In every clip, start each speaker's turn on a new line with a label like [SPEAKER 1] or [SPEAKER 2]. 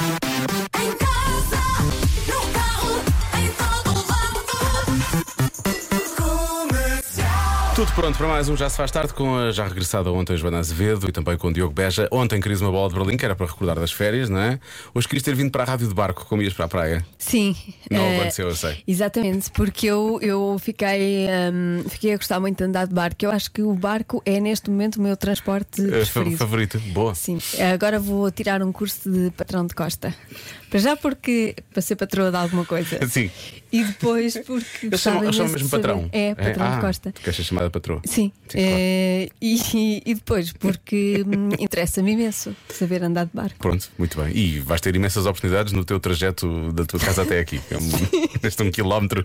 [SPEAKER 1] Em casa, no carro, em todo lado. Comercial.
[SPEAKER 2] Tudo pronto para mais um Já se faz tarde com a já regressada ontem Joana Azevedo e também com o Diogo Beja. Ontem querias uma bola de Berlim, que era para recordar das férias, não é? Hoje querias ter vindo para a rádio de barco, como ias para a praia.
[SPEAKER 3] Sim.
[SPEAKER 2] Não
[SPEAKER 3] eh,
[SPEAKER 2] aconteceu, eu sei.
[SPEAKER 3] Exatamente, porque eu, eu fiquei, hum, fiquei a gostar muito de andar de barco. Eu acho que o barco é neste momento o meu transporte
[SPEAKER 2] Eh, fa-
[SPEAKER 3] preferido.
[SPEAKER 2] Favorito. Boa.
[SPEAKER 3] Sim, agora vou tirar um curso de patrão de costa. Para já porque para ser patroa de alguma coisa.
[SPEAKER 2] Sim.
[SPEAKER 3] E depois porque
[SPEAKER 2] Eu chamo,
[SPEAKER 3] gostava
[SPEAKER 2] eu chamo
[SPEAKER 3] imenso
[SPEAKER 2] mesmo
[SPEAKER 3] de saber-
[SPEAKER 2] patrão.
[SPEAKER 3] É, patrão
[SPEAKER 2] ah,
[SPEAKER 3] de costa.
[SPEAKER 2] Tu queres ser chamada patroa?
[SPEAKER 3] Sim,
[SPEAKER 2] claro.
[SPEAKER 3] eh, e, e depois porque hum, interessa-me imenso saber andar de barco.
[SPEAKER 2] Pronto, muito bem. E vais ter imensas oportunidades no teu trajeto da tua casa até aqui. É um, este um quilómetro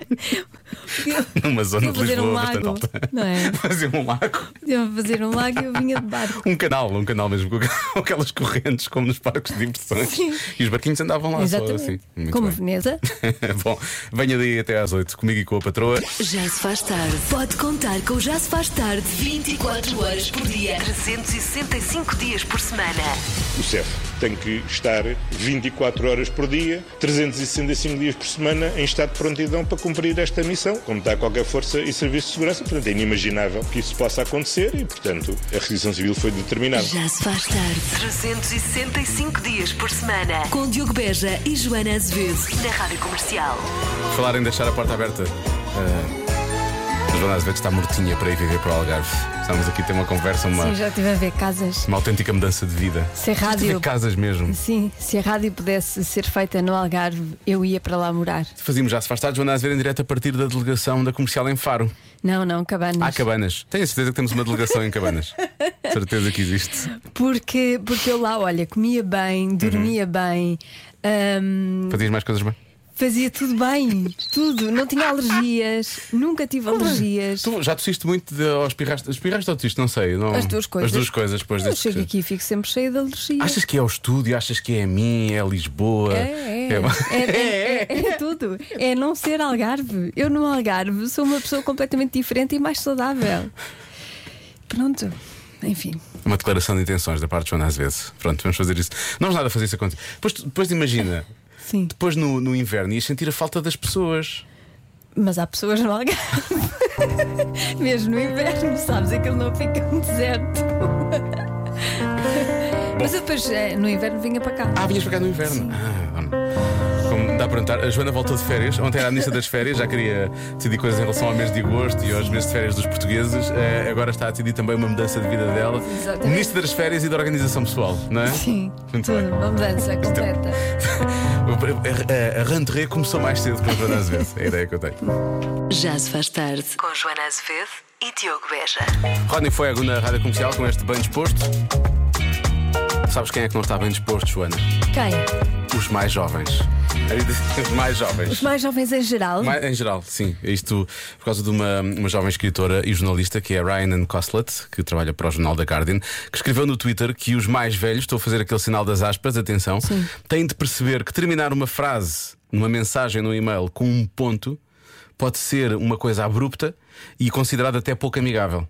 [SPEAKER 2] numa zona de
[SPEAKER 3] Devo fazer
[SPEAKER 2] Lisboa
[SPEAKER 3] um
[SPEAKER 2] bastante
[SPEAKER 3] lago,
[SPEAKER 2] alta.
[SPEAKER 3] não é?
[SPEAKER 2] Fazer um lago.
[SPEAKER 3] Devo fazer um lago e eu vinha de barco.
[SPEAKER 2] Um canal, um canal mesmo com com aquelas correntes como nos parques de diversões.
[SPEAKER 3] Sim.
[SPEAKER 2] E os barquinhos andavam lá só assim.
[SPEAKER 3] Exatamente.
[SPEAKER 2] Muito
[SPEAKER 3] Como
[SPEAKER 2] bem.
[SPEAKER 3] Veneza.
[SPEAKER 2] Bom, venha daí até às 8 comigo e com a patroa.
[SPEAKER 4] Já se faz tarde. Pode contar com o Já se faz tarde 24 horas por dia, 365 dias por semana.
[SPEAKER 5] O CEF tem que estar 24 horas por dia, 365 dias por semana, em estado de prontidão para cumprir esta missão, como está qualquer força e serviço de segurança. Portanto, é inimaginável que isso possa acontecer e, portanto, a requisição civil foi determinada.
[SPEAKER 4] Já se faz tarde. 365 dias por semana. Com Diogo Beja e Joana Azevedo. Na Rádio Comercial.
[SPEAKER 2] Falar em deixar a porta aberta. Ah, a Joana às vezes está mortinha para ir viver para o Algarve. Estamos aqui a ter uma conversa, uma,
[SPEAKER 3] Sim, já estive a ver casas.
[SPEAKER 2] uma autêntica mudança de vida.
[SPEAKER 3] Se a
[SPEAKER 2] Tive
[SPEAKER 3] rádio.
[SPEAKER 2] casas mesmo.
[SPEAKER 3] Sim, se a rádio pudesse ser feita no Algarve, eu ia para lá morar.
[SPEAKER 2] Fazíamos já se faz tarde, Joana Azevedo em direto a partir da delegação da comercial em Faro.
[SPEAKER 3] Não, não, cabanas.
[SPEAKER 2] Há cabanas. Tenho a certeza que temos uma delegação em cabanas. certeza que existe.
[SPEAKER 3] Porque, porque eu lá, olha, comia
[SPEAKER 2] Uhum.
[SPEAKER 3] bem, dormia bem, hum,
[SPEAKER 2] Fazias mais coisas bem?
[SPEAKER 3] fazia tudo bem, tudo. Não tinha alergias, nunca tive alergias.
[SPEAKER 2] Tu já tossiste muito de, ou espirraste, espirraste ou tossiste? Não sei. Não,
[SPEAKER 3] As duas
[SPEAKER 2] As
[SPEAKER 3] coisas.
[SPEAKER 2] duas coisas depois
[SPEAKER 3] Eu
[SPEAKER 2] desse-
[SPEAKER 3] chego aqui e fico sempre cheia de alergias.
[SPEAKER 2] Achas que é o estúdio? Achas que é a mim? É a Lisboa?
[SPEAKER 3] É, é,
[SPEAKER 2] É-
[SPEAKER 3] é, é, é, é tudo. É não ser Algarve. Eu no Algarve sou uma pessoa completamente diferente e mais saudável. Pronto, enfim.
[SPEAKER 2] Uma declaração de intenções da parte de Joana às vezes. Pronto, vamos fazer isso. Não vamos nada fazer isso acontecer. Depois, depois imagina,
[SPEAKER 3] Sim.
[SPEAKER 2] depois no, no inverno ias sentir a falta das pessoas.
[SPEAKER 3] Mas há pessoas no Algarve. Mesmo no inverno, sabes? Aquilo não fica um deserto. Mas eu depois, eh, no inverno, vinha para cá.
[SPEAKER 2] Ah, vinhas para cá no inverno. Ah, hum. como dá para notar, a Joana voltou de férias. Ontem era a ministra das férias, já queria decidir coisas em relação ao mês de agosto e aos meses de férias dos portugueses. Eh, agora está a decidir também uma mudança de vida dela.
[SPEAKER 3] Exatamente.
[SPEAKER 2] Ministra das férias e da organização pessoal, não é?
[SPEAKER 3] Sim,
[SPEAKER 2] Muito
[SPEAKER 3] tudo.
[SPEAKER 2] bem. Então.
[SPEAKER 3] Uma mudança completa.
[SPEAKER 2] A- a- A rentrée começou mais cedo que a Joana às vezes. É a ideia que eu tenho.
[SPEAKER 4] Já se faz tarde. Com Joana Azevedo e Diogo Beja.
[SPEAKER 2] Rodney Fuego na rádio comercial com este bem disposto. Sabes quem é que não está bem disposto, Joana?
[SPEAKER 3] Quem?
[SPEAKER 2] Os mais jovens. Os mais jovens.
[SPEAKER 3] Os mais jovens em geral.
[SPEAKER 2] Mais- em geral, sim. Isto por causa de uma, uma jovem escritora e jornalista que é Ryan Coslet, que trabalha para o jornal da Guardian, que escreveu no Twitter que os mais velhos, estou a fazer aquele sinal das aspas, atenção, têm de perceber que terminar uma frase numa mensagem no e-mail com um ponto pode ser uma coisa abrupta e considerada até pouco amigável.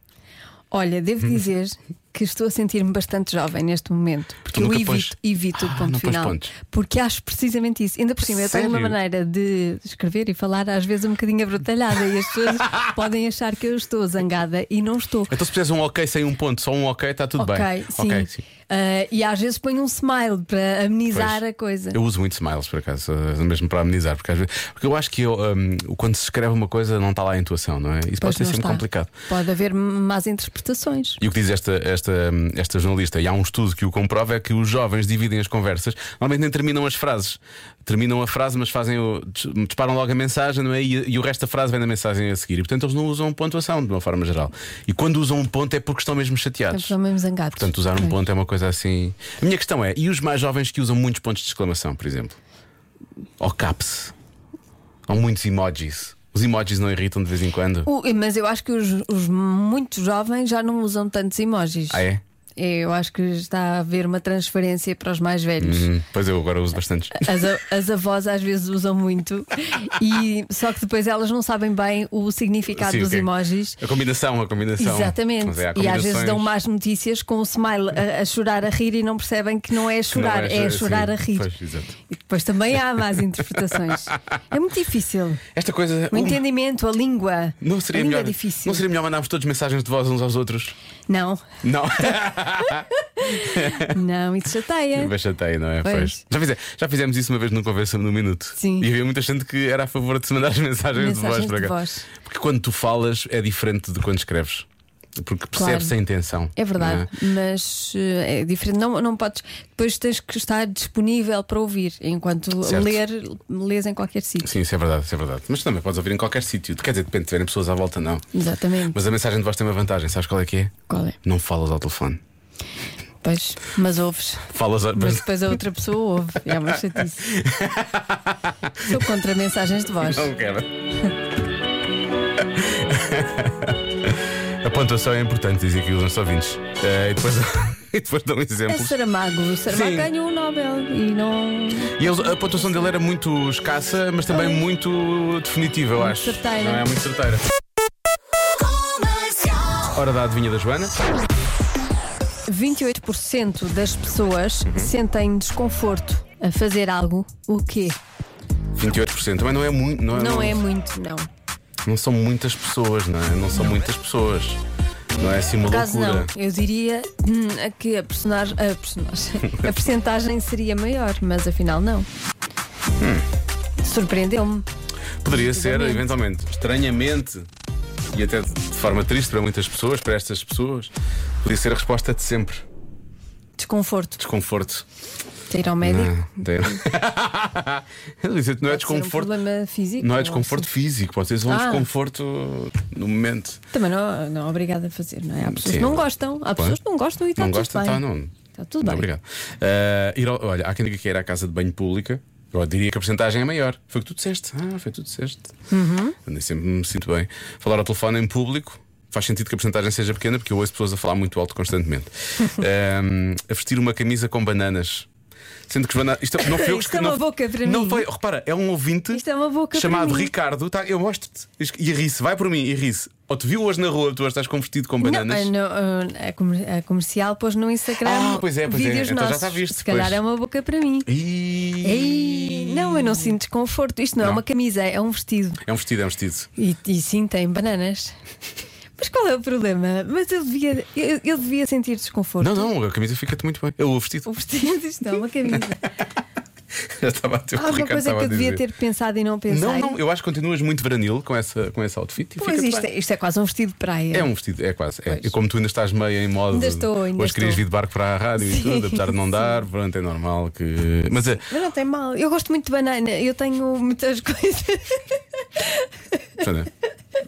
[SPEAKER 3] Olha, devo dizer que estou a sentir-me bastante jovem neste momento, porque eu
[SPEAKER 2] nunca
[SPEAKER 3] evito,
[SPEAKER 2] pões-
[SPEAKER 3] evito
[SPEAKER 2] Ah,
[SPEAKER 3] o ponto
[SPEAKER 2] não pões
[SPEAKER 3] final.
[SPEAKER 2] pontos.
[SPEAKER 3] Porque acho precisamente isso. Ainda por cima, eu tenho uma
[SPEAKER 2] Sério?
[SPEAKER 3] maneira de escrever e falar, às vezes um bocadinho abrotalhada, e as pessoas podem achar que eu estou zangada e não estou.
[SPEAKER 2] Então, se fizeres um ok sem um ponto, só um ok, está tudo
[SPEAKER 3] ok,
[SPEAKER 2] bem.
[SPEAKER 3] sim.
[SPEAKER 2] Ok, sim.
[SPEAKER 3] Ah, e às vezes ponho um smile para amenizar
[SPEAKER 2] Pois.
[SPEAKER 3] a coisa.
[SPEAKER 2] Eu uso muito smiles, por acaso, eh, mesmo para amenizar, porque às vezes. Porque eu acho que eu, hum, quando se escreve uma coisa não está lá a intuação, não é? Isso
[SPEAKER 3] Pois
[SPEAKER 2] pode ser
[SPEAKER 3] não
[SPEAKER 2] sempre
[SPEAKER 3] está.
[SPEAKER 2] complicado.
[SPEAKER 3] Pode haver más interpretações.
[SPEAKER 2] E o que diz esta, esta, hum, esta jornalista, e há um estudo que o comprova, é que os jovens dividem as conversas, normalmente nem terminam as frases. Terminam a frase, mas fazem o, dis- disparam logo a mensagem, não é? E, e o resto da frase vem na mensagem a seguir. E portanto eles não usam pontuação, de uma forma geral. E quando usam um ponto é porque estão mesmo chateados.
[SPEAKER 3] Estamos mesmo zangados.
[SPEAKER 2] Portanto, usar um
[SPEAKER 3] Pois.
[SPEAKER 2] ponto é uma coisa assim. A minha questão é: e os mais jovens que usam muitos pontos de exclamação, por exemplo? Ou caps? Ou muitos emojis? Os emojis não irritam de vez em quando?
[SPEAKER 3] O- mas eu acho que os, os muito jovens já não usam tantos emojis.
[SPEAKER 2] Ah, é?
[SPEAKER 3] Eu acho que está a haver uma transferência para os mais velhos.
[SPEAKER 2] Hum, pois eu agora uso bastantes.
[SPEAKER 3] As, a- as avós às vezes usam muito, e só que depois elas não sabem bem o significado
[SPEAKER 2] Sim,
[SPEAKER 3] dos
[SPEAKER 2] ok.
[SPEAKER 3] emojis.
[SPEAKER 2] A combinação, a combinação. Mas
[SPEAKER 3] Exatamente.
[SPEAKER 2] é, há
[SPEAKER 3] e às vezes
[SPEAKER 2] combinações.
[SPEAKER 3] dão más notícias com o smile a, a chorar, a rir e não percebem que não é a
[SPEAKER 2] não
[SPEAKER 3] chorar,
[SPEAKER 2] é
[SPEAKER 3] é,
[SPEAKER 2] a
[SPEAKER 3] a
[SPEAKER 2] chorar, sim.
[SPEAKER 3] chorar a rir.
[SPEAKER 2] Pois, exato.
[SPEAKER 3] e depois também há más interpretações. É muito difícil.
[SPEAKER 2] Esta coisa.
[SPEAKER 3] O
[SPEAKER 2] uma-
[SPEAKER 3] entendimento, a língua.
[SPEAKER 2] Não seria
[SPEAKER 3] a língua
[SPEAKER 2] melhor.
[SPEAKER 3] é difícil.
[SPEAKER 2] Não seria melhor mandarmos todos mensagens de voz uns aos outros?
[SPEAKER 3] Não,
[SPEAKER 2] Não.
[SPEAKER 3] não, isso chateia.
[SPEAKER 2] Mas chatei, não é?
[SPEAKER 3] Pois.
[SPEAKER 2] Pois. Já, fize- já fizemos isso uma vez num conversa no minuto.
[SPEAKER 3] Sim.
[SPEAKER 2] E havia muita gente que era a favor de se mandar as mensagens,
[SPEAKER 3] Mensagens
[SPEAKER 2] de voz para
[SPEAKER 3] de
[SPEAKER 2] cá.
[SPEAKER 3] voz.
[SPEAKER 2] Porque quando tu falas é diferente de quando escreves. Porque percebes a intenção.
[SPEAKER 3] É verdade,
[SPEAKER 2] não
[SPEAKER 3] mas eh, é diferente. Não, não podes. Depois tens que estar disponível para ouvir, enquanto
[SPEAKER 2] Certo.
[SPEAKER 3] ler, lês em qualquer sítio.
[SPEAKER 2] Sim, isso é verdade, isso é verdade. Mas também podes ouvir em qualquer sítio. Quer dizer, depende, se tiverem pessoas à volta, não.
[SPEAKER 3] Exatamente.
[SPEAKER 2] Mas a mensagem de voz tem uma vantagem, sabes qual é que é?
[SPEAKER 3] Qual é?
[SPEAKER 2] Não falas ao telefone.
[SPEAKER 3] Pois, mas ouves.
[SPEAKER 2] Falas ao.
[SPEAKER 3] Mas depois a outra pessoa ouve. É uma chatice. Sou contra mensagens de voz.
[SPEAKER 2] Não quero. A pontuação é importante, dizem aqui os nossos ouvintes. Eh, e, depois, e depois dão
[SPEAKER 3] É
[SPEAKER 2] exemplos.
[SPEAKER 3] Saramago. O Saramago
[SPEAKER 2] Sim.
[SPEAKER 3] ganhou o Nobel e não.
[SPEAKER 2] E eles- a pontuação dele era muito escassa, mas também muito definitiva, eu acho.
[SPEAKER 3] certeira.
[SPEAKER 2] Não é muito certeira.
[SPEAKER 1] Comercial.
[SPEAKER 2] Hora da adivinha da Joana.
[SPEAKER 3] 28% das pessoas
[SPEAKER 2] Uhum.
[SPEAKER 3] sentem desconforto a fazer algo. O quê?
[SPEAKER 2] 28%. Também não é muito. Não, é-
[SPEAKER 3] Não
[SPEAKER 2] não-
[SPEAKER 3] é muito, não.
[SPEAKER 2] não são muitas pessoas, não é? Não são muitas pessoas. Não é assim uma
[SPEAKER 3] Caso
[SPEAKER 2] loucura.
[SPEAKER 3] não, eu diria hum, que a personagem. A, personagem, a percentagem seria maior, mas afinal não. Surpreendeu-me.
[SPEAKER 2] Poderia ser, eventualmente, estranhamente e até de forma triste para muitas pessoas, para estas pessoas, podia ser a resposta de sempre:
[SPEAKER 3] Desconforto.
[SPEAKER 2] desconforto.
[SPEAKER 3] De ir ao médico.
[SPEAKER 2] Ah, tem- Eu disse, não é
[SPEAKER 3] Pode ser um
[SPEAKER 2] desconforto.
[SPEAKER 3] problema físico.
[SPEAKER 2] Não é
[SPEAKER 3] ou
[SPEAKER 2] desconforto
[SPEAKER 3] assim.
[SPEAKER 2] físico, pode ser um
[SPEAKER 3] Ah.
[SPEAKER 2] desconforto no momento.
[SPEAKER 3] Também não, não é obrigada a fazer, não é? Há pessoas
[SPEAKER 2] Sim.
[SPEAKER 3] que não gostam, há pessoas que não gostam e está
[SPEAKER 2] não
[SPEAKER 3] tudo
[SPEAKER 2] gosta,
[SPEAKER 3] bem.
[SPEAKER 2] tá, não.
[SPEAKER 3] Está tudo bem.
[SPEAKER 2] Obrigado. Ah, ir ao- olha, há quem diga que era à casa de banho pública. Eu diria que a porcentagem é maior. Foi o que tu disseste. Ah, foi o que tu disseste.
[SPEAKER 3] Uhum.
[SPEAKER 2] Andei sempre me sinto bem. Falar ao telefone em público. Faz sentido que a porcentagem seja pequena porque eu ouço pessoas a falar muito alto constantemente. Ahm, a vestir uma camisa com bananas. Sendo que os bananas. Isto não foi eu que
[SPEAKER 3] Isto é
[SPEAKER 2] escre-
[SPEAKER 3] uma
[SPEAKER 2] não-
[SPEAKER 3] boca para
[SPEAKER 2] não
[SPEAKER 3] mim.
[SPEAKER 2] foi- repara, é um ouvinte
[SPEAKER 3] Isto é uma boca para
[SPEAKER 2] chamado
[SPEAKER 3] mim.
[SPEAKER 2] Ricardo. Tá, eu mostro-te. E ri-se, vai por mim e ri-se. Ou te viu hoje na rua, tu hoje estás com vestido com
[SPEAKER 3] Não,
[SPEAKER 2] bananas.
[SPEAKER 3] ah, não, ah, a, comer- a comercial pôs no Instagram
[SPEAKER 2] Ah, pois é, pois é.
[SPEAKER 3] vídeos
[SPEAKER 2] Então já
[SPEAKER 3] nossos.
[SPEAKER 2] está visto,
[SPEAKER 3] Se calhar
[SPEAKER 2] pois.
[SPEAKER 3] é uma boca para mim.
[SPEAKER 2] E...
[SPEAKER 3] Ei, não, eu não sinto desconforto. Isto não, é
[SPEAKER 2] Não.
[SPEAKER 3] uma camisa, é um vestido.
[SPEAKER 2] É um vestido, é um vestido.
[SPEAKER 3] E, e sim, tem bananas. Mas qual é o problema? Mas ele devia, ele, ele devia sentir desconforto.
[SPEAKER 2] Não, não, a camisa fica-te muito bem. Eu o vestido.
[SPEAKER 3] O vestido, isto não, é uma camisa.
[SPEAKER 2] Já estava a ter o
[SPEAKER 3] Há alguma
[SPEAKER 2] Ricardo
[SPEAKER 3] coisa
[SPEAKER 2] estava
[SPEAKER 3] que
[SPEAKER 2] a
[SPEAKER 3] eu devia
[SPEAKER 2] dizer.
[SPEAKER 3] ter pensado e não pensei.
[SPEAKER 2] Não, não, eu acho que continuas muito varanil com, essa, com esse outfit. e
[SPEAKER 3] Pois
[SPEAKER 2] fica-te
[SPEAKER 3] isto,
[SPEAKER 2] bem.
[SPEAKER 3] é- isto é quase um vestido de praia.
[SPEAKER 2] É um vestido, é quase. É.
[SPEAKER 3] Pois.
[SPEAKER 2] E como tu ainda estás meio em modo.
[SPEAKER 3] Ainda estou, ainda
[SPEAKER 2] Hoje querias
[SPEAKER 3] estou.
[SPEAKER 2] vir de barco para a rádio e
[SPEAKER 3] Sim,
[SPEAKER 2] tudo, apesar de não
[SPEAKER 3] sim.
[SPEAKER 2] dar, pronto, é normal que. Mas é,
[SPEAKER 3] Mas não tem mal. Eu gosto muito de banana. Eu tenho muitas coisas.
[SPEAKER 2] Joana,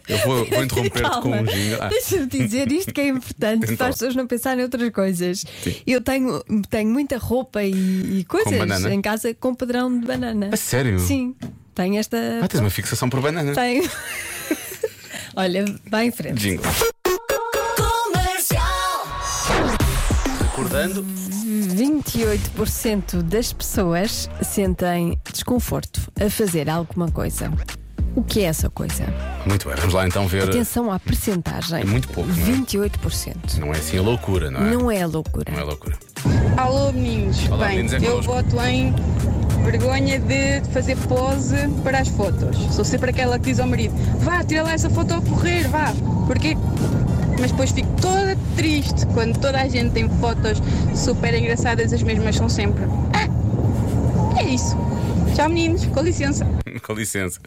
[SPEAKER 2] eu vou, vou interromper-te com um
[SPEAKER 3] Calma.
[SPEAKER 2] jingle. Ah,
[SPEAKER 3] Deixa-me dizer isto que é importante
[SPEAKER 2] Então.
[SPEAKER 3] para as pessoas não pensarem em outras coisas.
[SPEAKER 2] Sim.
[SPEAKER 3] Eu tenho, tenho muita roupa e, e coisas
[SPEAKER 2] banana?
[SPEAKER 3] em casa com padrão de banana.
[SPEAKER 2] A sério?
[SPEAKER 3] Sim, tenho esta.
[SPEAKER 2] ah, tens uma fixação por banana.
[SPEAKER 3] Tenho. Olha, vai em frente.
[SPEAKER 2] Jingle.
[SPEAKER 1] Comercial.
[SPEAKER 2] Acordando.
[SPEAKER 3] 28% das pessoas sentem desconforto a fazer alguma coisa. O que é essa coisa?
[SPEAKER 2] Muito bem, vamos lá então ver.
[SPEAKER 3] Atenção à percentagem.
[SPEAKER 2] É muito pouco, não é?
[SPEAKER 3] 28%.
[SPEAKER 2] Não é assim a loucura, não é?
[SPEAKER 3] Não é loucura.
[SPEAKER 2] Não é loucura.
[SPEAKER 6] Alô meninos,
[SPEAKER 2] Olá,
[SPEAKER 6] bem,
[SPEAKER 2] meninos, é
[SPEAKER 6] eu
[SPEAKER 2] connosco.
[SPEAKER 6] voto em vergonha de fazer pose para as fotos. Sou sempre aquela que diz ao marido, vá, tira lá essa foto a correr, vá. Porquê? Mas depois fico toda triste quando toda a gente tem fotos super engraçadas, as mesmas são sempre. Ah, é isso. Tchau meninos, com licença.
[SPEAKER 2] Com licença.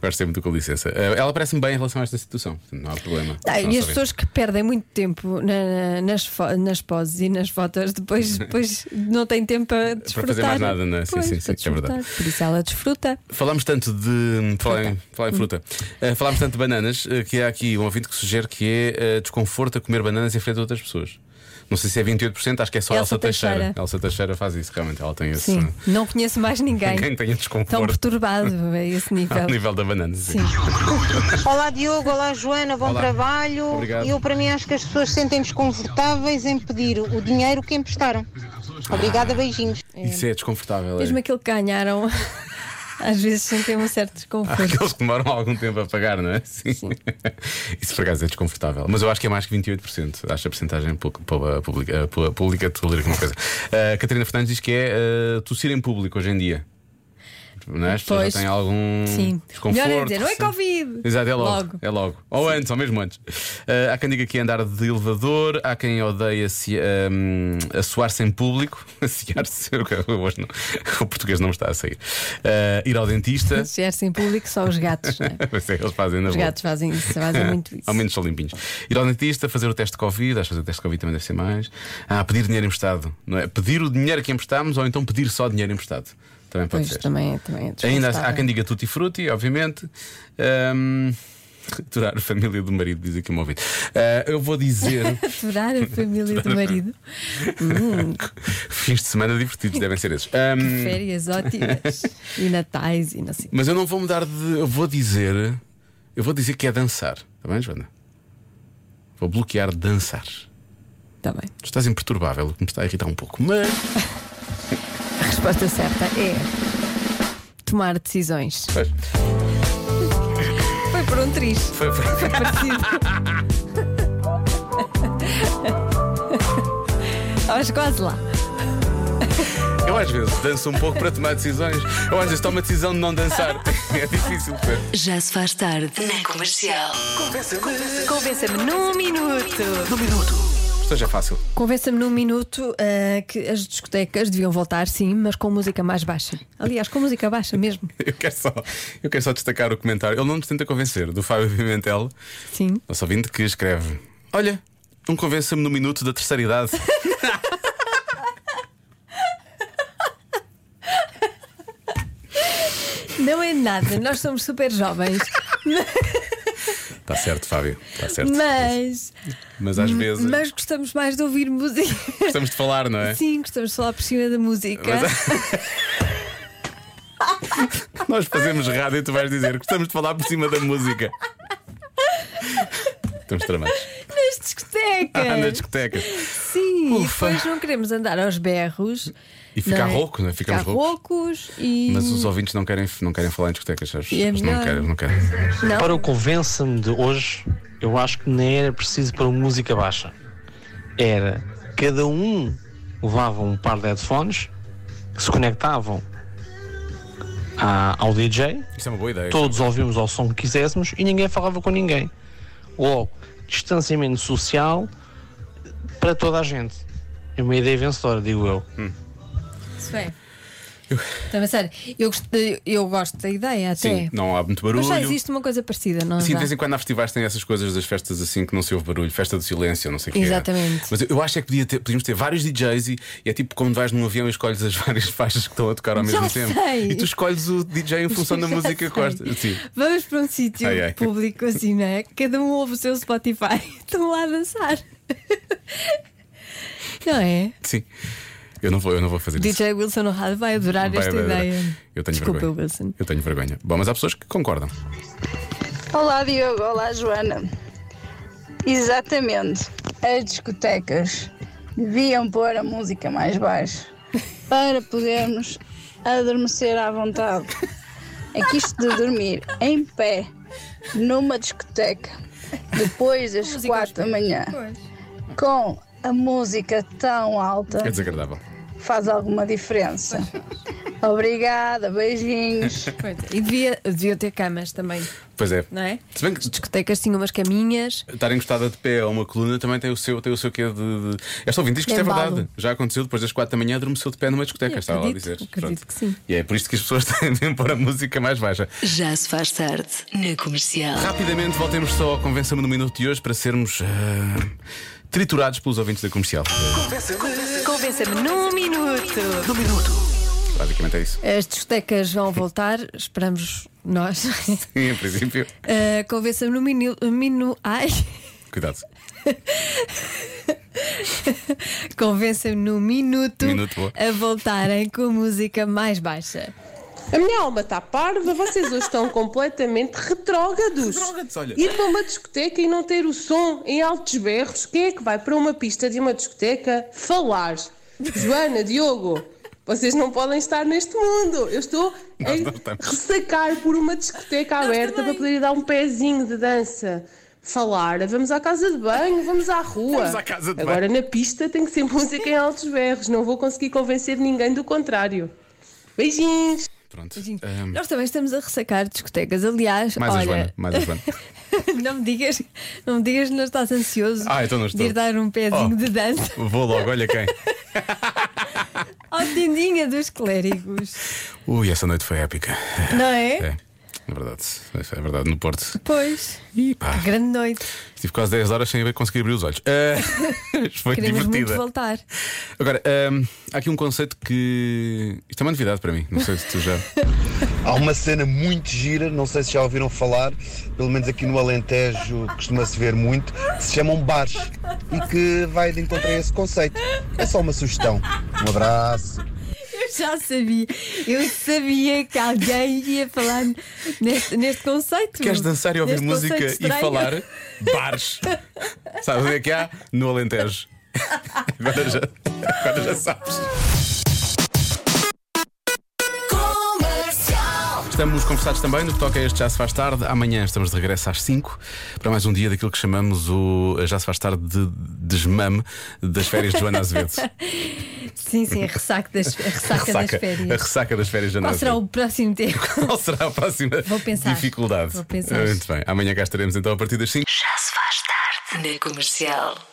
[SPEAKER 2] Gosto sempre do com licença. Eh, Ela parece-me bem em relação a esta situação. Portanto, Não há problema.
[SPEAKER 3] Ah,
[SPEAKER 2] Não
[SPEAKER 3] e as
[SPEAKER 2] sabem.
[SPEAKER 3] pessoas que perdem muito tempo na- na- nas, fo- nas poses e nas fotos, depois, depois não têm tempo para desfrutar.
[SPEAKER 2] fazer mais nada, não é? Sim,
[SPEAKER 3] Pois,
[SPEAKER 2] sim, sim,
[SPEAKER 3] para
[SPEAKER 2] é verdade.
[SPEAKER 3] desfrutar. Por isso ela desfruta.
[SPEAKER 2] Falámos tanto de. Falar em, falar em fruta. Eh, falámos tanto de bananas eh, que há aqui um ouvinte que sugere que é eh, desconforto a comer bananas em frente a outras pessoas. Não Não sei se é 28%, acho que é só
[SPEAKER 3] Elsa
[SPEAKER 2] Elsa Teixeira.
[SPEAKER 3] Teixeira.
[SPEAKER 2] Elsa Teixeira faz isso, realmente. Ela tem esse.
[SPEAKER 3] Sim, não conheço mais ninguém.
[SPEAKER 2] Ninguém tem desconforto.
[SPEAKER 3] Tão perturbado a esse nível.
[SPEAKER 2] Ao nível da banana. sim.
[SPEAKER 3] Sim.
[SPEAKER 7] Olá Diogo, olá Joana, bom
[SPEAKER 2] Olá.
[SPEAKER 7] trabalho.
[SPEAKER 2] Obrigado.
[SPEAKER 7] Eu para mim acho que as pessoas se sentem desconfortáveis em pedir o dinheiro que emprestaram. Obrigada, beijinhos.
[SPEAKER 2] Isso é desconfortável. É.
[SPEAKER 3] Mesmo aquele que ganharam, às vezes sentem um certo desconforto.
[SPEAKER 2] Aqueles que demoram algum tempo a pagar, não é? Sim. Isso por acaso é desconfortável. Mas eu acho que é mais que 28%. Acho a porcentagem pública, eh, pública de ler alguma coisa. A Catarina Fernandes diz que é eh, tossir em público hoje em dia. Não é? As pessoas
[SPEAKER 3] Pois.
[SPEAKER 2] já têm algum
[SPEAKER 3] Sim.
[SPEAKER 2] desconforto.
[SPEAKER 3] Melhor é dizer, não é
[SPEAKER 2] receio."
[SPEAKER 3] Covid.
[SPEAKER 2] Exato, é logo.
[SPEAKER 3] Logo.
[SPEAKER 2] É logo. Ou antes, ou mesmo antes. Eh, há quem diga que é andar de elevador, há quem odeia se, ehm, assoar-se em público. Assear-se. é, Hoje não. O português não está a sair. Eh, ir ao dentista.
[SPEAKER 3] Se é em público, só os gatos, não é?
[SPEAKER 2] Pois é, eles fazem na
[SPEAKER 3] Os
[SPEAKER 2] boa.
[SPEAKER 3] gatos fazem isso, fazem muito isso.
[SPEAKER 2] Ao menos são limpinhos. Ir ao dentista, fazer o teste de Covid, acho que fazer o teste de Covid também deve ser mais. Ah, pedir dinheiro emprestado, não é? Pedir o dinheiro que emprestámos ou então pedir só dinheiro emprestado. Também pode
[SPEAKER 3] Pois,
[SPEAKER 2] ser.
[SPEAKER 3] também, também é
[SPEAKER 2] Ainda há- há,
[SPEAKER 3] desconfortável.
[SPEAKER 2] quem diga tutti frutti, obviamente. Ahm, Aturar a família do marido, diz aqui o meu ouvido. Ah, eu vou dizer.
[SPEAKER 3] Aturar a família do marido.
[SPEAKER 2] Fins de semana divertidos, devem ser esses. Ahm,
[SPEAKER 3] Férias ótimas. E natais e não sei.
[SPEAKER 2] mas eu não vou mudar de. Eu vou dizer. Eu vou dizer que é dançar. Está bem, Joana? Vou bloquear dançar.
[SPEAKER 3] Está Tá bem.
[SPEAKER 2] Tu estás imperturbável, o que me está a irritar um pouco. Mas.
[SPEAKER 3] A resposta certa é. Tomar decisões.
[SPEAKER 2] Pois,
[SPEAKER 3] Foi por um triz.
[SPEAKER 2] foi, foi.
[SPEAKER 3] parecido. Mas quase lá.
[SPEAKER 2] Eu às vezes danço um pouco para tomar decisões. Eu às vezes tomo a decisão de não dançar. É difícil. pá.
[SPEAKER 4] Já se faz tarde na comercial.
[SPEAKER 3] Convença-me num minuto.
[SPEAKER 2] Isto já é fácil.
[SPEAKER 3] Convença-me num minuto ah, que as discotecas deviam voltar, sim, mas com música mais baixa. Aliás, com música baixa mesmo.
[SPEAKER 2] Eu quero só, eu quero só destacar o comentário. Ele não nos tenta convencer, do Fábio Pimentel,
[SPEAKER 3] Sim.
[SPEAKER 2] nosso ouvinte, que escreve: Olha, não convença-me no minuto da terceira idade.
[SPEAKER 3] Não é nada, nós somos super jovens,
[SPEAKER 2] Está Tá certo, Fábio. Está certo.
[SPEAKER 3] mas,
[SPEAKER 2] Mas às vezes
[SPEAKER 3] mas gostamos mais de ouvir música.
[SPEAKER 2] gostamos de falar, não é?
[SPEAKER 3] Sim, gostamos de falar por cima da música.
[SPEAKER 2] Mas- é. Nós fazemos rádio e tu vais dizer: Gostamos de falar por cima da música. Estamos tramados.
[SPEAKER 3] Nas discotecas.
[SPEAKER 2] Ah, nas discotecas.
[SPEAKER 3] Sim,
[SPEAKER 2] Ufa.
[SPEAKER 3] e depois não queremos andar aos berros.
[SPEAKER 2] E ficar
[SPEAKER 3] não é?
[SPEAKER 2] rouco, não é? Ficamos
[SPEAKER 3] ficar
[SPEAKER 2] roucos.
[SPEAKER 3] roucos e.
[SPEAKER 2] Mas os ouvintes não querem, não querem falar em discotecas, sabes?
[SPEAKER 3] E é
[SPEAKER 2] Eles não
[SPEAKER 3] melhor.
[SPEAKER 2] querem, não querem.
[SPEAKER 3] Não?
[SPEAKER 8] Para o Convença-me de hoje, eu acho que nem era preciso para música baixa. Era cada um levava um par de headphones que se conectavam à- ao DJ,
[SPEAKER 2] Isto é uma boa ideia.
[SPEAKER 8] todos ouvimos ao som que quiséssemos e ninguém falava com ninguém. Logo, distanciamento social para toda a gente. É uma ideia vencedora, digo eu.
[SPEAKER 3] Isso bem. Então, mas sério, eu, gost- eu gosto da ideia até.
[SPEAKER 2] Sim, não há muito
[SPEAKER 3] É. Mas
[SPEAKER 2] barulho.
[SPEAKER 3] já existe uma coisa parecida, não
[SPEAKER 2] Sim, de
[SPEAKER 3] já?
[SPEAKER 2] vez em quando há festivais que têm essas coisas das festas assim que não se ouve barulho, festa do silêncio, não sei o que
[SPEAKER 3] Exatamente.
[SPEAKER 2] Mas eu- eu acho é que podia ter- podíamos ter vários DJs e, e é tipo quando vais num avião e escolhes as várias faixas que estão a tocar ao
[SPEAKER 3] Já
[SPEAKER 2] mesmo tempo.
[SPEAKER 3] sei.
[SPEAKER 2] E tu escolhes o DJ em função da
[SPEAKER 3] Já
[SPEAKER 2] música que
[SPEAKER 3] sei.
[SPEAKER 2] gostas. Sim.
[SPEAKER 3] Vamos para um sítio
[SPEAKER 2] Ai, ai.
[SPEAKER 3] público assim, não é? Cada um ouve o seu Spotify e estão lá a dançar. Não é?
[SPEAKER 2] Sim. Eu não vou, eu não vou fazer isso.
[SPEAKER 3] DJ Wilson Honrado vai adorar
[SPEAKER 2] Vai,
[SPEAKER 3] esta
[SPEAKER 2] vai, vai.
[SPEAKER 3] ideia.
[SPEAKER 2] Eu tenho
[SPEAKER 3] Desculpa,
[SPEAKER 2] vergonha.
[SPEAKER 3] Wilson.
[SPEAKER 2] Eu tenho vergonha. Bom, mas há pessoas que concordam.
[SPEAKER 9] Olá Diogo, olá Joana. Exatamente, as discotecas deviam pôr a música mais baixa para podermos adormecer à vontade. É que isto de dormir em pé numa discoteca depois das
[SPEAKER 3] música aos
[SPEAKER 9] quatro da manhã com a música tão alta
[SPEAKER 2] É desagradável.
[SPEAKER 9] faz alguma diferença. Obrigada, beijinhos.
[SPEAKER 3] Pois é. E devia, devia ter camas também,
[SPEAKER 2] Pois é.
[SPEAKER 3] não é?
[SPEAKER 2] Se bem que
[SPEAKER 3] Discotecas tinham umas caminhas.
[SPEAKER 2] Estar encostada de pé a uma coluna também tem o seu, tem o seu quê de. de... Esta ouvinte diz que isto é
[SPEAKER 3] Embalo.
[SPEAKER 2] verdade. Já aconteceu depois das quatro da manhã, adormeceu de pé numa discoteca,
[SPEAKER 3] Eu
[SPEAKER 2] estava lá a
[SPEAKER 3] acredito,
[SPEAKER 2] dizer.
[SPEAKER 3] acredito que sim.
[SPEAKER 2] E é por isto que as pessoas tendem a pôr a música mais baixa.
[SPEAKER 4] Já se faz tarde na comercial.
[SPEAKER 2] Rapidamente voltemos só ao Convença-me no Minuto de hoje para sermos ah, triturados pelos ouvintes da comercial.
[SPEAKER 3] Convença-me num minuto.
[SPEAKER 2] Basicamente é isso.
[SPEAKER 3] As discotecas vão voltar, esperamos nós. Eh,
[SPEAKER 2] E, em princípio,
[SPEAKER 3] Uh, Convença-me num minu, minu- ai,
[SPEAKER 2] Cuidado.
[SPEAKER 3] Convença-me num minuto,
[SPEAKER 2] Minuto, boa.
[SPEAKER 3] a voltarem com a música mais baixa.
[SPEAKER 10] A minha alma está parva, vocês hoje estão completamente retrógrados.
[SPEAKER 2] Retrógrados, olha.
[SPEAKER 10] Ir para uma discoteca e não ter o som em altos berros, quem é que vai para uma pista de uma discoteca falar? Joana, Diogo, vocês não podem estar neste mundo. Eu estou
[SPEAKER 2] Nós não
[SPEAKER 10] a
[SPEAKER 2] estamos.
[SPEAKER 10] ressacar por uma discoteca aberta para poder ir dar um pezinho de dança. Falar, vamos à casa de banho, vamos à rua.
[SPEAKER 2] Vamos à casa de
[SPEAKER 10] Agora na pista tem que ser música em altos berros, não vou conseguir convencer ninguém do contrário. Beijinhos!
[SPEAKER 2] Pronto.
[SPEAKER 3] Gente,
[SPEAKER 2] Ahm,
[SPEAKER 3] Nós também estamos a ressacar discotecas. Aliás,
[SPEAKER 2] mais a Joana,
[SPEAKER 3] olha,
[SPEAKER 2] mais a Joana.
[SPEAKER 3] não me digas, não me digas que não estás ansioso
[SPEAKER 2] Ah, então não
[SPEAKER 3] de
[SPEAKER 2] estou.
[SPEAKER 3] ir dar um pezinho
[SPEAKER 2] Oh.
[SPEAKER 3] de dança
[SPEAKER 2] Vou logo, olha quem.
[SPEAKER 3] ao tendinha dos clérigos,
[SPEAKER 2] Ui, essa noite foi épica.
[SPEAKER 3] não é?
[SPEAKER 2] É, é verdade. É verdade, no Porto.
[SPEAKER 3] Pois,
[SPEAKER 2] Ih, pá,
[SPEAKER 3] grande noite.
[SPEAKER 2] estive quase 10 horas sem conseguir abrir os olhos. Ah, foi
[SPEAKER 3] Queremos
[SPEAKER 2] divertida.
[SPEAKER 3] muito voltar.
[SPEAKER 2] Agora, ahm, há aqui um conceito que. Isto é uma novidade para mim. Não sei se tu já.
[SPEAKER 11] Há uma cena muito gira, não sei se já ouviram falar, pelo menos aqui no Alentejo costuma-se ver muito, que se chamam bares e que vai de encontro a esse conceito. É só uma sugestão. Um abraço.
[SPEAKER 3] Eu já sabia, eu sabia que alguém ia falar neste, neste conceito.
[SPEAKER 2] Queres dançar e ouvir
[SPEAKER 3] Neste
[SPEAKER 2] música
[SPEAKER 3] conceito
[SPEAKER 2] e
[SPEAKER 3] estranho.
[SPEAKER 2] falar? Bares. Sabes onde é que há? No Alentejo. Agora já, agora já sabes.
[SPEAKER 1] Comercial.
[SPEAKER 2] Estamos conversados também no que toca a este Já Se Faz Tarde. Amanhã estamos de regresso às 5 para mais um dia daquilo que chamamos o Já Se Faz Tarde de desmame das férias de Joana Azevedo.
[SPEAKER 3] Sim, sim, a ressaca das, a ressaca das
[SPEAKER 2] A
[SPEAKER 3] férias.
[SPEAKER 2] ressaca das férias de Joana
[SPEAKER 3] Qual será
[SPEAKER 2] Azevedo.
[SPEAKER 3] o próximo tempo?
[SPEAKER 2] Qual será a próxima
[SPEAKER 3] Vou pensar.
[SPEAKER 2] dificuldade?
[SPEAKER 3] Vou pensar.
[SPEAKER 2] Muito bem. Amanhã cá estaremos então a partir das 5.
[SPEAKER 4] Já se faz tarde na comercial.